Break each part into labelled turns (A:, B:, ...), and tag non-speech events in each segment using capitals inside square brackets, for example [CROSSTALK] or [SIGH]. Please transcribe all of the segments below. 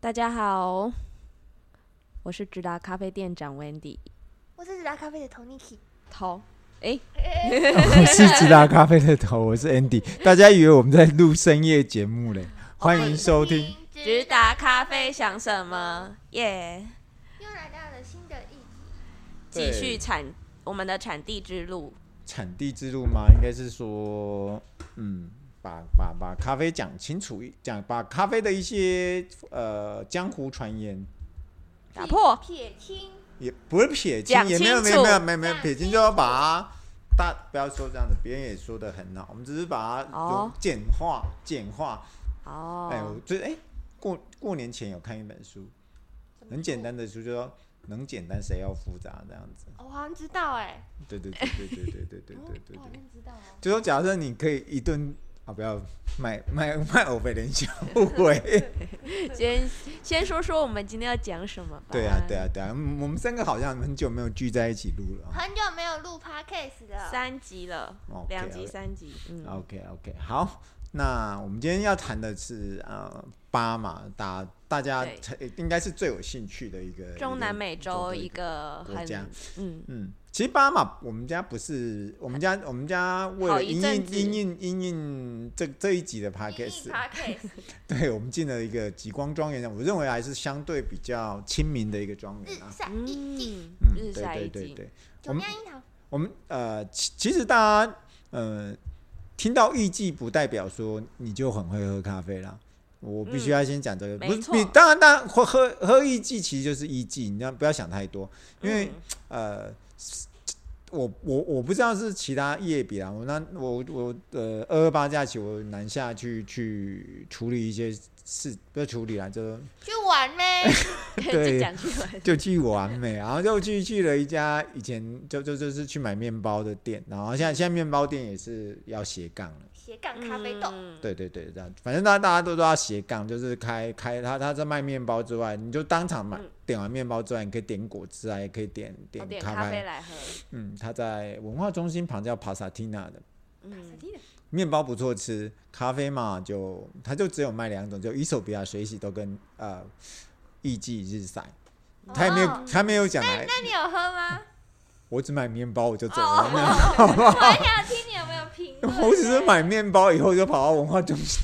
A: 大家好，我是直达咖啡店长 Wendy。
B: 我是直达咖啡的 Tony，
A: 涛， [LAUGHS]
C: 我是直达咖啡的头，我是 Andy。大家以为我们在录深夜节目
A: 哦
C: 嘞？欢迎收听。
A: 直达咖啡想什么？耶、
B: 又来到了新的一集，
A: 继
C: 对
A: 续产我们的产地之路。
C: 产地之路吗？应该是说，嗯，把把把咖啡讲清楚一讲，把咖啡的一些呃江湖传言
A: 打破
B: 撇清，
C: 也不是撇清
A: 讲，
C: 也没有没
A: 清楚
C: 有没有没有没有撇清，就要把它大不要说这样子，别人也说的很好，我们只是把它
A: 哦
C: 用简化简化。
A: 哦，
C: 哎，我最哎、过过年前有看一本书，很简单的书，就说能简单谁要复杂这样子。
B: 哦，我好像知道哎，
C: 对对对对对对对对对
B: 哦
C: 对
B: 我好
C: 对。
B: 像知道哦。
C: 就说假设你可以一顿啊，不要卖 [LAUGHS] 卖卖欧贝连小
A: [LAUGHS]
C: 鬼。
A: 先先说说我们今天要讲什么吧。
C: 对啊对啊对啊，嗯我们三个好像很久没有聚在一起录
A: [LAUGHS]
C: 了啊。哦
B: 很久没有录 podcast 了，
A: 三集了，
C: OK，
A: 两集
C: OK
A: 三集，嗯，
C: OK OK，好，那我们今天要谈的是呃巴马，大大家
A: 对
C: 才应该是最有兴趣的一个
A: 中南美洲
C: 一
A: 一
C: 个。
A: 个
C: 国家
A: 很嗯
C: 嗯，其实巴马我们家不是，我们家我们家为
A: 好
C: 了
A: 一
C: 因
A: 阵
C: 应
A: 子
C: 因应因应这这一集的
B: 英译
C: podcast， [LAUGHS]
B: podcast，
C: 对我们进了一个极光庄园，我认为还是相对比较亲民的一个庄
B: 日
C: 园啊。
B: 晒一季，
A: 嗯
C: 嗯，
A: 日
C: 对
A: 晒
C: 对
A: 一
C: 对
A: 季，
C: 对，
B: 酒酿樱桃，
C: 我们呃，其其实大家呃听到艺伎不代表说你就很会喝咖啡啦。我必须要先讲这个，
A: 嗯
C: 不
A: 没
C: 是
A: 错
C: 你当然当然喝喝喝艺伎其实就是艺伎，你要不要想太多，因为
A: 嗯
C: 呃，我我我不知道是其他业比啦，我那我我呃二二八假期我南下去去处理一些事，不是处理
A: [LAUGHS]
C: 啦，就
B: 去玩呗，
C: 对
A: 嗯就讲出来，
C: 就去完美，然后就去去了一家以前就就就是去买面包的店，然后现在现在面包店也是要斜杠了。
B: 斜杠咖啡豆，
A: 嗯
C: 对对对，这样，反正大家大家都说要斜杠，就是开开他他在卖面包之外，你就当场买、
A: 嗯
C: 点完面包之外，你可以点果汁啊，也可以点点
A: 哦点
C: 咖
A: 咖
C: 啡
A: 啡。来喝，
C: 嗯，他在文化中心旁叫帕萨蒂娜的，
A: 嗯，
C: 面包不错吃，咖啡嘛就它就只有卖两种，就伊索比亚水洗都跟呃艺伎日晒，他也没有、
B: 哦
C: 他没有讲来，
B: 那你有喝吗？
C: [LAUGHS] 我只买面包我就走了。没有
B: 哦，我还想听你有没有评论呢。
C: [LAUGHS] 我只是买面包以后就跑到文化中心，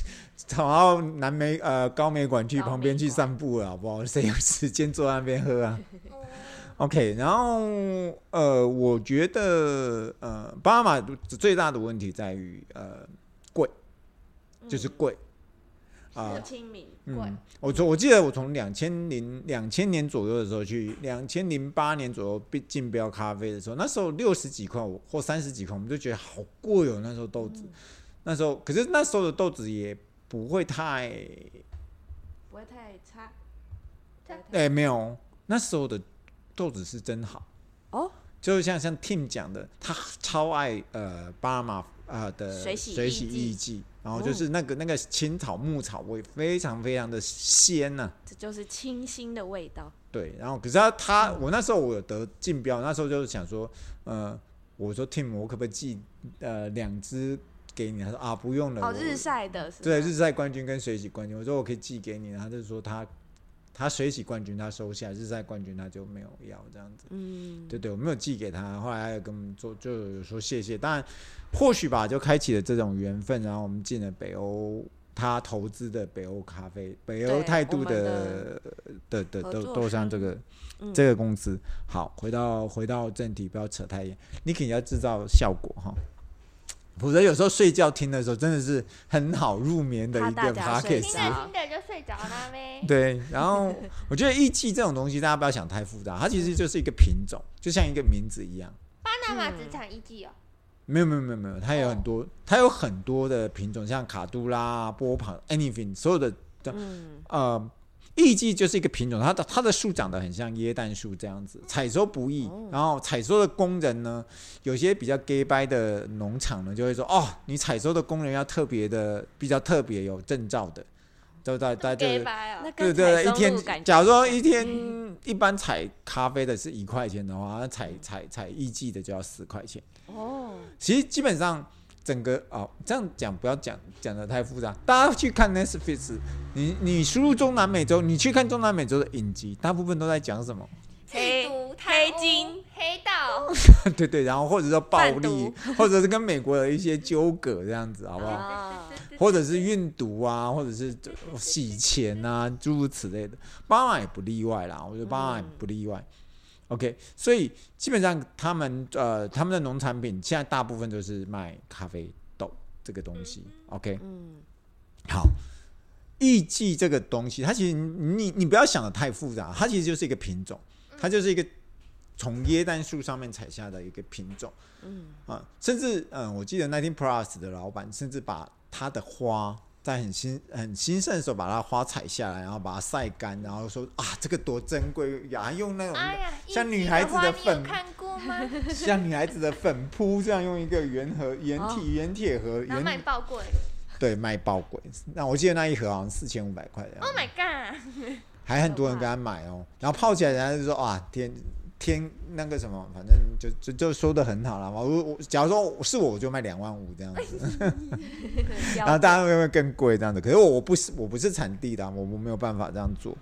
C: [LAUGHS] 跑到南美呃高美馆去
A: 高美
C: 旁边去
A: 馆
C: 散步了，好不好？谁有时间坐在那边喝啊
B: 哦，
C: ？OK，然后呃，我觉得呃，巴马最大的问题在于呃贵，
A: 嗯
C: 就是贵。啊、
A: 不亲民，
B: 贵
C: 嗯，我从我记得我从两千零两千年左右的时候去，两千零八年左右被竞标咖啡的时候，那时候六十几块我或三十几块，我们就觉得好贵哦。那时候豆子，
A: 嗯
C: 那时候可是那时候的豆子也不会太，
A: 不会太差。
B: 它
C: 哎、没有，那时候的豆子是真好
A: 哦。
C: 就是像像 Tim 讲的，他超爱呃巴拿马呃的
A: 水洗
C: 水
A: 艺哦
C: 洗
A: 伎
C: 艺伎，然后就是那个、那个青草牧草味非常非常的鲜呐、
A: 这就是清新的味道。
C: 对，然后可是他他
A: 嗯
C: 我那时候我有得竞标，那时候就是想说，呃，我说 Tim 我可不可以寄呃两只给你？他说啊不用了，
A: 哦，
C: 我
A: 日晒的是吗
C: 对日晒冠军跟水洗冠军，我说我可以寄给你，然后他就说他他水洗冠军他收下，日晒冠军他就没有要这样子。
A: 嗯，
C: 对对，我没有寄给他，后来他有跟我们做，就有说谢谢。当然，或许吧，就开启了这种缘分，然后我们进了北欧，他投资的北欧咖啡，北欧
A: 对
C: 态
A: 我
C: 度
A: 们
C: 的的的
A: 合
C: 豆
A: 作
C: 豆商这个、
A: 嗯
C: 这个公司。好，回到回到正题，不要扯太远，你肯定要制造效果哈。否则有时候睡觉听的时候，真的是很好入眠的
A: 怕
C: 一
A: 大
C: 个
A: 家睡
C: podcast
B: 听
A: 着
B: 着听着就睡着了呗。
C: [LAUGHS] 对，然后我觉得艺伎这种东西，大家不要想太复杂，它其实就是一个品种，就像一个名字一样。
B: 巴拿马只产一季哦，
C: 没有没有没有没有，它有很多，它有很多的品种，像卡杜拉、波旁、anything，所有的
A: 嗯，
C: 呃，艺伎就是一个品种，它的它的树长得很像椰蛋树这样子，采收不易。
A: 哦
C: 然后采收的工人呢，有些比较 gay 掰的农场呢，就会说哦，你采收的工人要特别的，比较特别有证照的，都在在这
B: 给
C: 个
B: 白哦
A: 那。
C: 对
A: 跟
C: 对，
A: 采
C: 一
A: 收路
C: 天，
A: 感
C: 假如说
A: 觉
C: 一天一般采咖啡的是一块钱的话，那采采采艺伎的就要四块钱。
A: 哦，
C: 其实基本上整个哦，这样讲不要讲讲的太复杂。大家去看 Netflix，你你输入中南美洲，你去看中南美洲的影集，大部分都在讲什么？ [LAUGHS]
B: 吸毒、贪
D: 黑
B: 污
D: 金、
B: 黑道，
C: 对对，然后或者说暴
D: 贩
C: 力
D: 毒，
C: 或者是跟美国有一些纠葛这样子，好不好？
D: 啊，
C: 或者是运毒啊，或者是洗钱啊，诸如此类的，巴马也不例外啦。我觉得巴马也不例
D: 嗯
C: 外。OK，所以基本上他们呃他们的农产品现在大部分都是卖咖啡豆这个东西。OK， [LAUGHS]
A: 嗯，
C: 好，艺妓这个东西，它其实你你不要想的太复杂，它其实就是一个品种，
B: 嗯
C: 它就是一个从椰蛋树上面采下的一个品种。
A: 嗯
C: 啊，甚至嗯，我记得 Nineteen Plus 的老板甚至把他的花在很兴很兴盛的时候把它花采下来，然后把它晒干，然后说啊这个多珍贵呀，用那种、
B: 哎呀，
C: [LAUGHS] 像
B: 一级
C: 女孩子
B: 的
C: 的
B: 话你
C: 粉
B: 有看过
C: [LAUGHS]
B: 吗？
C: 像女孩子的粉扑这样用一个圆盒圆
A: 哦
C: 体圆铁盒
B: 然后卖
C: 圆
B: 爆贵
C: 对卖爆贵，那我记得那一盒好像四千五百块的样
B: ，Oh
C: 子，
B: my god！
C: 还很多人给他买哦，然后泡起来人家就说啊天。天，那个什么，反正就就就说的很好了嘛。我我假如说是我，我就卖两万五这样子。
A: 标
C: 然后啊大家会不会更贵这样子？可是我我不是我不是产地的啊、我我没有办法这样做。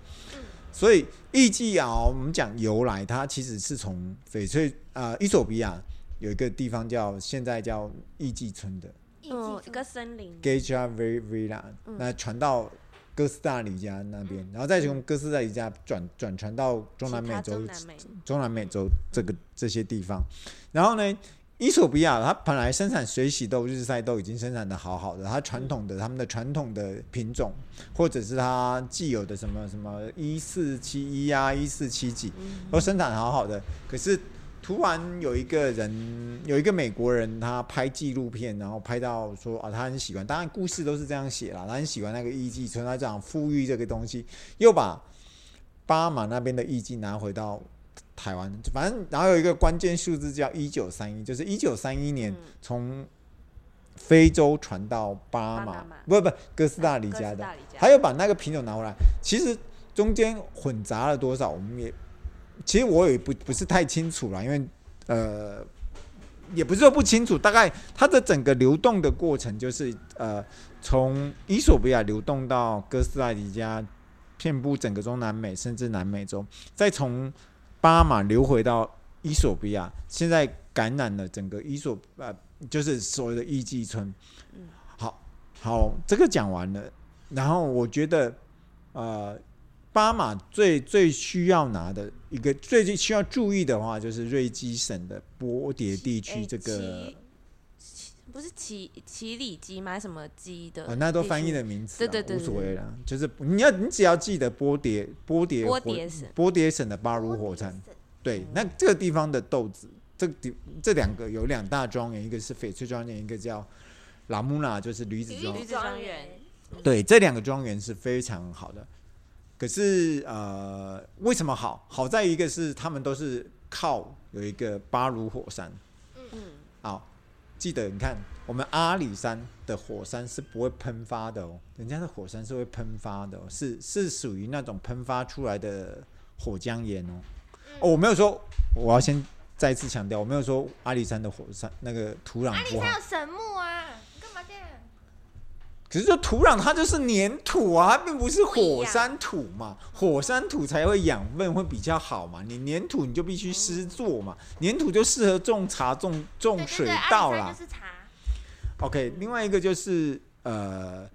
C: 所以艺伎啊，我们讲由来，它其实是从翡翠啊，伊索比亚有一个地方叫现在叫艺伎村的
B: 一
A: 嗯，
B: 级
A: 一个森林，
C: Geja Villa，那
A: 嗯
C: 传到哥斯达黎加那边，然后再从哥斯达黎加转转传到中南
A: 其
C: 美
A: 他
C: 洲
A: 中南美，
C: 中南美洲这个这些地方。然后呢，伊索比亚它本来生产水洗豆、日晒豆已经生产的好好的，它传统的他们的传统的品种，或者是它既有的什么什么一四七一啊、一四七几
A: 嗯
C: 都生产好好的，可是。突然有一个人，有一个美国人，他拍纪录片，然后拍到说啊，他很喜欢，当然故事都是这样写啦，他很喜欢那个艺伎村，他讲富裕这个东西，又把巴马那边的艺伎拿回到台湾，反正然后有一个关键数字叫一九三一，就是一九三一年
A: 嗯
C: 从非洲传到巴
A: 巴
C: 马
A: 拿，马
C: 不不哥斯达黎加
A: 哥斯
C: 的
A: 达黎，加
C: 还有把那个品种拿回来，其实中间混杂了多少，我们也其实我也不不是太清楚啦，因为呃。也不是说不清楚，大概它的整个流动的过程就是，呃，从伊索比亚流动到哥斯达黎加，遍布整个中南美甚至南美洲，再从巴马流回到伊索比亚，现在感染了整个伊索呃，就是所谓的艺伎村。
A: 嗯
C: 好，好，这个讲完了，然后我觉得呃，巴马最最需要拿的一个最需要注意的话，就是瑞基省的波迭地区
A: 哎
C: 这个
A: 奇，奇不是奇奇里鸡吗？还是什么鸡呃的地
C: 啊，
A: 区？
C: 那都翻译的名词啊，
A: 对对对
C: 无所
A: 对
C: 谓啦。就是你要你只要记得波迭波迭
A: 波
C: 火
A: 迭省
C: 波迭省的巴鲁火山，对，那这个地方的豆子，这个地这两个有两大庄园，一个是翡翠庄园，一个叫拉姆纳，就是驴子庄
B: 鱼
A: 鱼
C: 园。
A: 子
B: 庄
A: 庄
B: 园
A: 园，
B: 嗯
C: 对，这两个庄园是非常好的。可是呃，为什么好？好在一个是他们都是靠有一个巴鲁火山，
A: 嗯，
C: 好，记得你看我们阿里山的火山是不会喷发的哦，人家的火山是会喷发的、哦，是是属于那种喷发出来的火浆岩哦。
B: 嗯
C: 哦，我没有说，我要先再次强调，我没有说阿里山的火山那个土壤
B: 阿里
C: 不好
B: 山，有神木啊，干嘛这样？
C: 可是就土壤它就是粘土啊，它并不是
B: 不一样
C: 火山土嘛，火山土才会养分会比较好嘛，你粘土你就必
B: 嗯
C: 须施作嘛，粘土就适合种茶、种
B: 对
C: 种
B: 对
C: 水
B: 对，阿
C: 稻
B: 里
C: 啦
B: 山就。是茶，
C: OK，另外一个就是呃，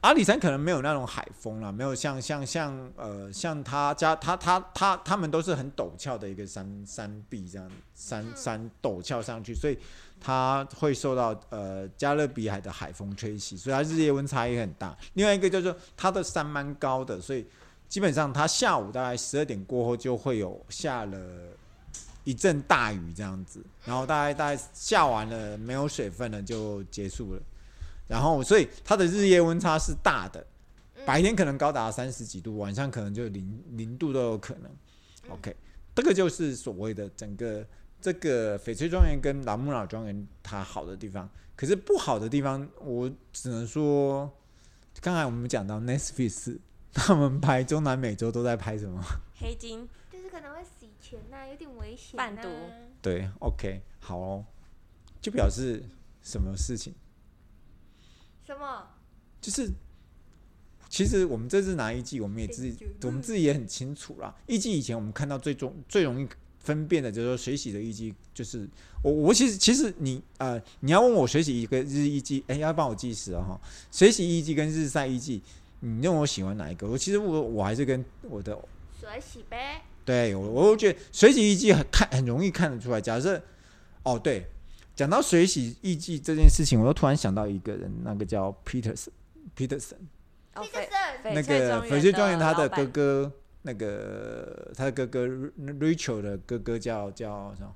C: 阿里山可能没有那种海风啦，没有像像像呃像他家他他他他们都是很陡峭的一个山山壁这样山山陡峭上去，所以它会受到呃加勒比海的海风吹袭，所以它日夜温差也很大。另外一个就是它的山蛮高的，所以基本上它下午大概十二点过后就会有下了。一阵大雨这样子，然后大概大概下完了，没有水分了就结束了。然后所以它的日夜温差是大的，
B: 嗯
C: 白天可能高达三十几度，晚上可能就零零度都有可能。OK，这个就是所谓的整个这个翡翠庄园跟拉姆拉庄园它好的地方，可是不好的地方，我只能说，刚才我们讲到 Netflix，他们拍中南美洲都在拍什么？
A: 黑金
B: 就是可能会洗钱呐，有点危险。
A: 贩毒，
C: 对，OK，好哦，就表示什么事情，
B: 什么？
C: 就是其实我们这次拿一季，我们也自己
B: 这一季嗯
C: 我们自己也很清楚啦。一季以前我们看到最重最容易分辨的就是说水洗的一季，就是我我其实其实你呃你要问我水洗一个日一季，哎、要帮我计时哦哈，水洗一季跟日晒一季，你认为我喜欢哪一个？我其实我我还是跟我的
B: 水洗呗。
C: 对我，我觉得水洗一季很看很容易看得出来。假设哦，对，讲到水洗一季这件事情，我又突然想到一个人，那个叫 Peterson Peterson，
A: 哦，
B: 这个
A: 翡
B: 是
A: 翡
C: 那
A: 翠
C: 个翡
A: 园
C: 翠庄园他
A: 的
C: 的
A: 老
C: 哥
A: 板
C: 哥，那个他的哥哥 Rachel 的哥哥叫叫什么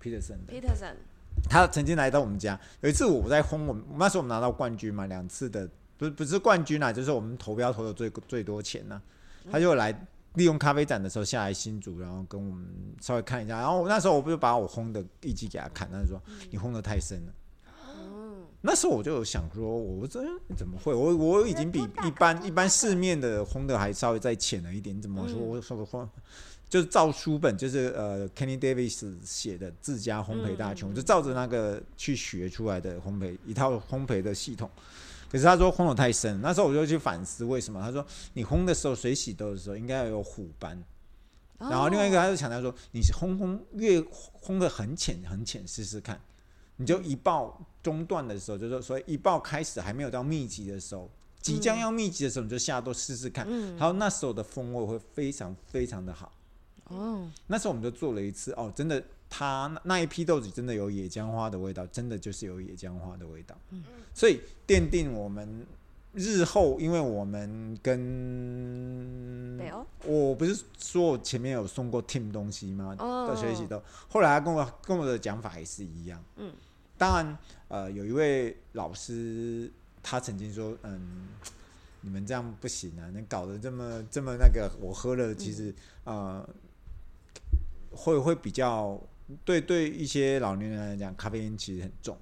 C: Peterson 的，
A: Peterson，
C: [LAUGHS] 他曾经来到我们家，有一次我在轰我们，那时候我们拿到冠军嘛，两次的不是不是冠军啦、就是我们投标投的最最多钱呢、他就来利用咖啡展的时候下来新竹，然后跟我们稍微看一下，然后那时候我不就把我轰的一击给他看，他就说你轰的太深了。
A: 嗯，
C: 那时候我就有想说，我这怎么会？我我已经比
B: 人不大
C: 一般
B: 可不
C: 一般
B: 大
C: 市面的烘的还稍微再浅了一点，你怎么说？
A: 嗯
C: 我说我就是照书本，就是呃，Kenny Davis 写的《自家烘焙大全》，
A: 嗯嗯
C: 我就照着那个去学出来的烘焙一套烘焙的系统。可是他说烘的太深，那时候我就去反思为什么。他说你烘的时候，水洗豆的时候应该要有虎斑，
A: 哦嗯
C: 然后另外一个他就强调说，你是烘烘越烘的很浅很浅试试看，你就一爆中段的时候，就是说所以一爆开始还没有到密集的时候，即将要密集的时候，你就下豆试试看，
A: 嗯
C: 还有那时候的风味会非常非常的好。
A: 哦，
C: 那时候我们就做了一次哦，真的，它那那一批豆子真的有野姜花的味道，真的就是有野姜花的味道，
A: 嗯
C: 所以奠定我们日后，因为我们跟
A: 北欧
C: 我不是说我前面有送过 team 东西吗？
A: 哦
C: 的学习豆，后来他跟我跟我的讲法也是一样，
A: 嗯，
C: 当然，呃，有一位老师他曾经说，嗯。你们这样不行啊！你搞得这么这么那个，我喝了其实、
A: 嗯
C: 呃会会比较对对一些老年人来讲，咖啡因其实很重，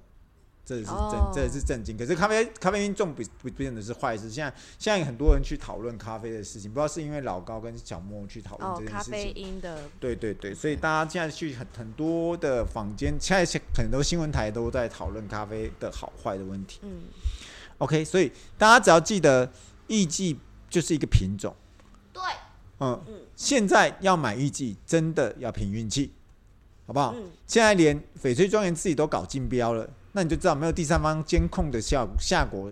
C: 这是正、
A: 哦
C: 这是正经。可是咖啡咖啡因重不不不见得是坏事。现在现在很多人去讨论咖啡的事情，不知道是因为老高跟小莫去讨论
A: 哦
C: 这，件
A: 咖
C: 事情。
A: 啡因的，
C: 对对对，所以大家现在去很很多的坊间，现在很多新闻台都在讨论咖啡的好坏的问题。
A: 嗯
C: OK，所以大家只要记得，艺妓就是一个品种。
B: 对，
C: 嗯
A: 嗯，
C: 现在要买艺妓，真的要凭运气，好不好？
A: 嗯
C: 现在连翡翠庄园自己都搞竞标了，那你就知道没有第三方监控的效效果，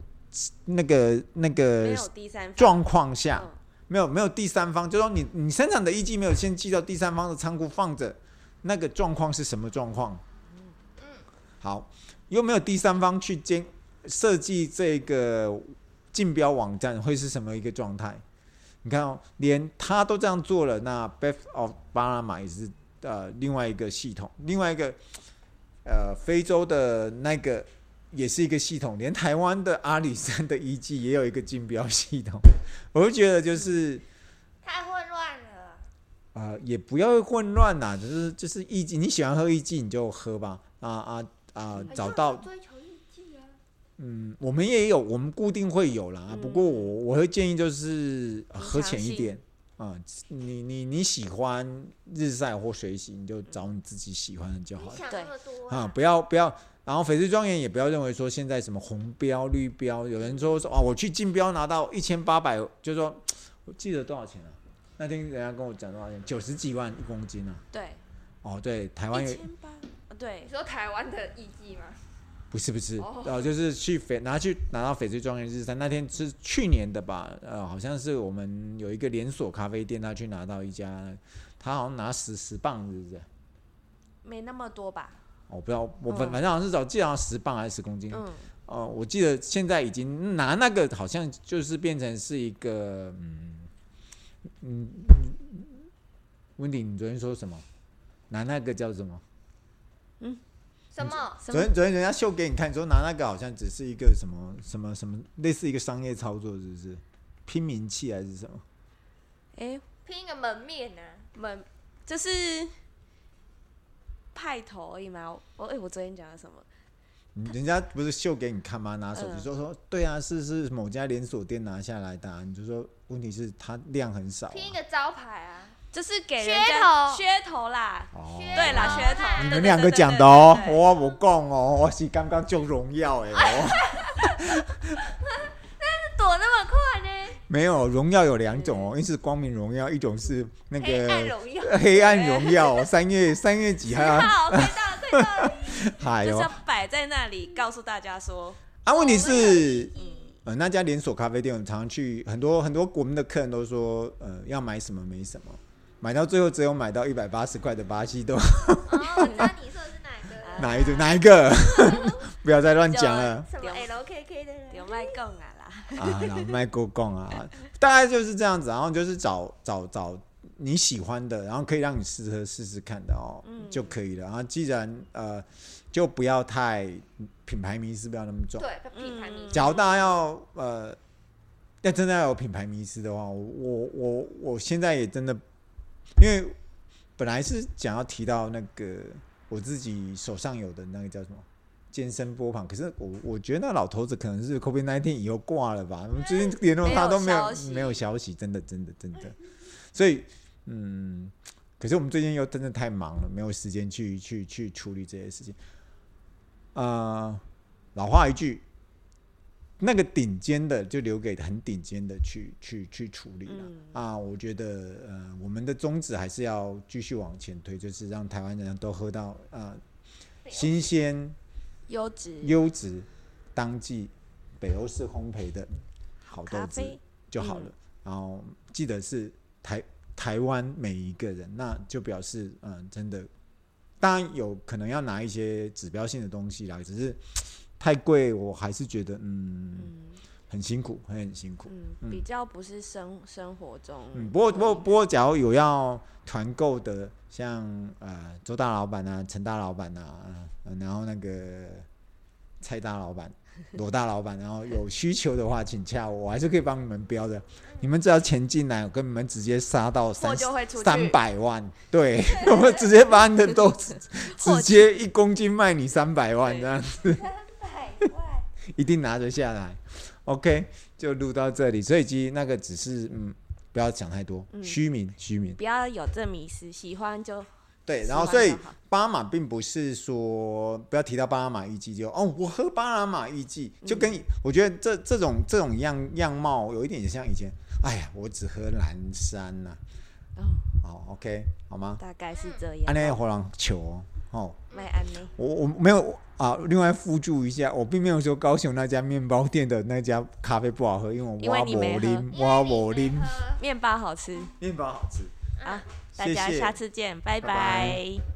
C: 那个
A: 没
C: 那个
A: 有第三方，
C: 状况下，
A: 嗯
C: 没有没有第三方，就说你你生产的艺妓没有先寄到第三方的仓库放着，那个状况是什么状况？好，又没有第三方去监设计这个竞标网站会是什么一个状态？你看哦，连他都这样做了，那 Beth of Panama 也是呃另外一个系统，另外一个呃非洲的那个也是一个系统，连台湾的阿里山的遗迹也有一个竞标系统，我就觉得就是。
B: 太混乱了。
C: 啊，也不要混乱啦，就是就是意境，你喜欢喝意境你就喝吧，啊啊啊，找到
B: 追求艺伎啊。
C: 嗯，我们也有，我们固定会有啦。啊不过我我会建议就是呃
A: 平
C: 喝
A: 常
C: 浅一
A: 性
C: 点啊、你你你喜欢日晒或水洗，你就找你自己喜欢的就好
B: 你
C: 了
B: 想那么多
C: 啊、
B: 啊？
C: 不要不要。然后翡翠庄园也不要认为说现在什么红标绿标，有人说说哦，我去竞标拿到一千八百，就说我记得多少钱啊？那天人家跟我讲多少钱，九十几万一公斤啊。
A: 对，
C: 哦，对，台湾有
A: 一千八，呃对
B: 你，说台湾的艺伎吗？
C: 不是不是，
B: 哦
C: 然后就是去翡拿去拿到翡翠庄园日餐，那天是去年的吧？呃，好像是我们有一个连锁咖啡店，他去拿到一家，他好像拿十十磅，是不是？
A: 没那么多吧，
C: 我不知道，我反
A: 嗯
C: 反正好像是找，记得好像十磅还是十公斤。
A: 嗯，
C: 哦，我记得现在已经拿那个好像就是变成是一个，嗯嗯，温迪，你昨天说什么？拿那个叫什么？
B: 什么？
A: 什
C: 昨
A: 么
C: 天昨天人家秀给你看，你说拿那个好像只是一个什么什么什么，类似一个商业操作，是不是？拼名气还是什么？
A: 哎
B: 拼一个门面啊？
A: 门，这是派头而已嘛，我哎我昨天讲了什么？
C: 你人家不是秀给你看吗？拿手机
A: 嗯
C: 说说，对啊，是是某家连锁店拿下来的、啊。你就说，问题是它量很少、啊。
B: 拼一个招牌啊？
A: 就是给
B: 噱
A: 人家
B: 头
A: 噱头啦。
C: 哦
B: 噱
A: 对啦，
B: 头啊
A: 噱
B: 啦
A: 头。
C: 你
A: 对
C: 们两个讲的哦，
A: 对对对对
C: 我我讲哦， [LAUGHS] 我是刚刚就荣耀哎、
A: [LAUGHS]
C: 哦，
B: 躲那么快呢？
C: 没有荣耀有两种哦，一是光明荣耀，一种是那
B: 黑暗
C: 个
B: 荣耀，
C: 黑暗荣耀哦。三
A: [LAUGHS]
C: 月三月几号啊？ [LAUGHS]
B: 好，快到了，快到了。
C: 嗨
A: 就是
C: 哦
A: 要摆在那里，告诉大家说，
C: 啊，问题是，呃，那家连锁咖啡店，我们常常去，很多很多我们的客人都说，呃，要买什么没什么，买到最后只有买到一百八十块的
A: [LAUGHS]
C: 巴西豆，
B: 哦，我知道你说的是哪一个？
C: [LAUGHS] 哪一种？哪一个？不要再乱讲了。
B: 什么 LKK 的人？
A: 有卖供啊啦，
C: 啊，然后卖过供啊，大概就是这样子，然后就是找找找你喜欢的，然后可以让你试喝试试看的哦，
A: 嗯
C: 就可以了。然后既然呃，就不要太品牌迷思，不要那么重。
B: 对，品牌名。
C: 假如大家要呃，要真的要有品牌迷思的话，我我我我现在也真的，因为本来是想要提到那个我自己手上有的那个叫什么健身波旁，可是我我觉得那老头子可能是 COVID 1 9以后挂了吧，最近联络他都没
A: 没有
C: 有
A: 消息
C: 没有消息，真的真的真的，所以嗯。可是我们最近又真的太忙了，没有时间去去去处理这些事情。呃，老话一句，那个顶尖的就留给很顶尖的去去去处理了、
A: 嗯
C: 啊！我觉得呃，我们的宗旨还是要继续往前推，就是让台湾人都喝到呃新鲜、
A: 优质
C: 优质、当季北欧式烘焙的好豆
A: 咖
C: 子
A: 啡，嗯
C: 就好了。然后记得是台台湾每一个人，那就表示嗯，真的，当然有可能要拿一些指标性的东西来，只是太贵，我还是觉得嗯
A: 嗯
C: 很辛苦，很很辛苦。
A: 嗯，比较不是生生活中，
C: 嗯，不过不过不过，假如有要团购的，像呃周大老板啊、陈大老板啊、呃然后那个蔡大老
A: [LAUGHS]
C: 板、罗大老板，然后有需求的话，请洽我，我还是可以帮你们标的。你们只要钱进来，我跟你们直接杀到
A: 货
C: 三
A: 就会出去，
C: 三百万，
A: [LAUGHS]
C: 对我们直接把你的豆子
A: 货
C: 直接一公斤卖你三百万
A: 对
C: 这样。
B: 三百万，
C: 一定拿得下来。OK，就录到这里。所以其实那个只是嗯，不要讲太多，
A: 嗯
C: 虚名虚名。
A: 不要有这迷失，喜欢就
C: 对，
A: 喜
C: 然后
A: 欢
C: 所以
A: 就好
C: 巴拿马并不是说不要提到巴拿马艺妓就哦，我喝巴拿马艺妓，
A: 嗯
C: 就跟、我觉得这这种这种样样貌有一点也像以前，哎呀，我只喝蓝山呐、
A: 哦，
C: 好、o k 好吗？
A: 大概是
B: 嗯
A: 这
C: 安内
A: 样。
C: 火狼球哦。哦
A: 卖安内，
C: 我我没有啊，另外附注一下，我并没有说高雄那家面包店的那家咖啡不好喝，因为
A: 因
C: 我
A: 为
C: 挖
A: 你没
C: 我
A: 喝
C: 拎，挖我拎，
A: 面包好吃
C: 面包好吃。
A: 啊！大
C: 谢
A: 家
C: 谢
A: 下次见，拜
C: 拜
A: 拜。
C: 拜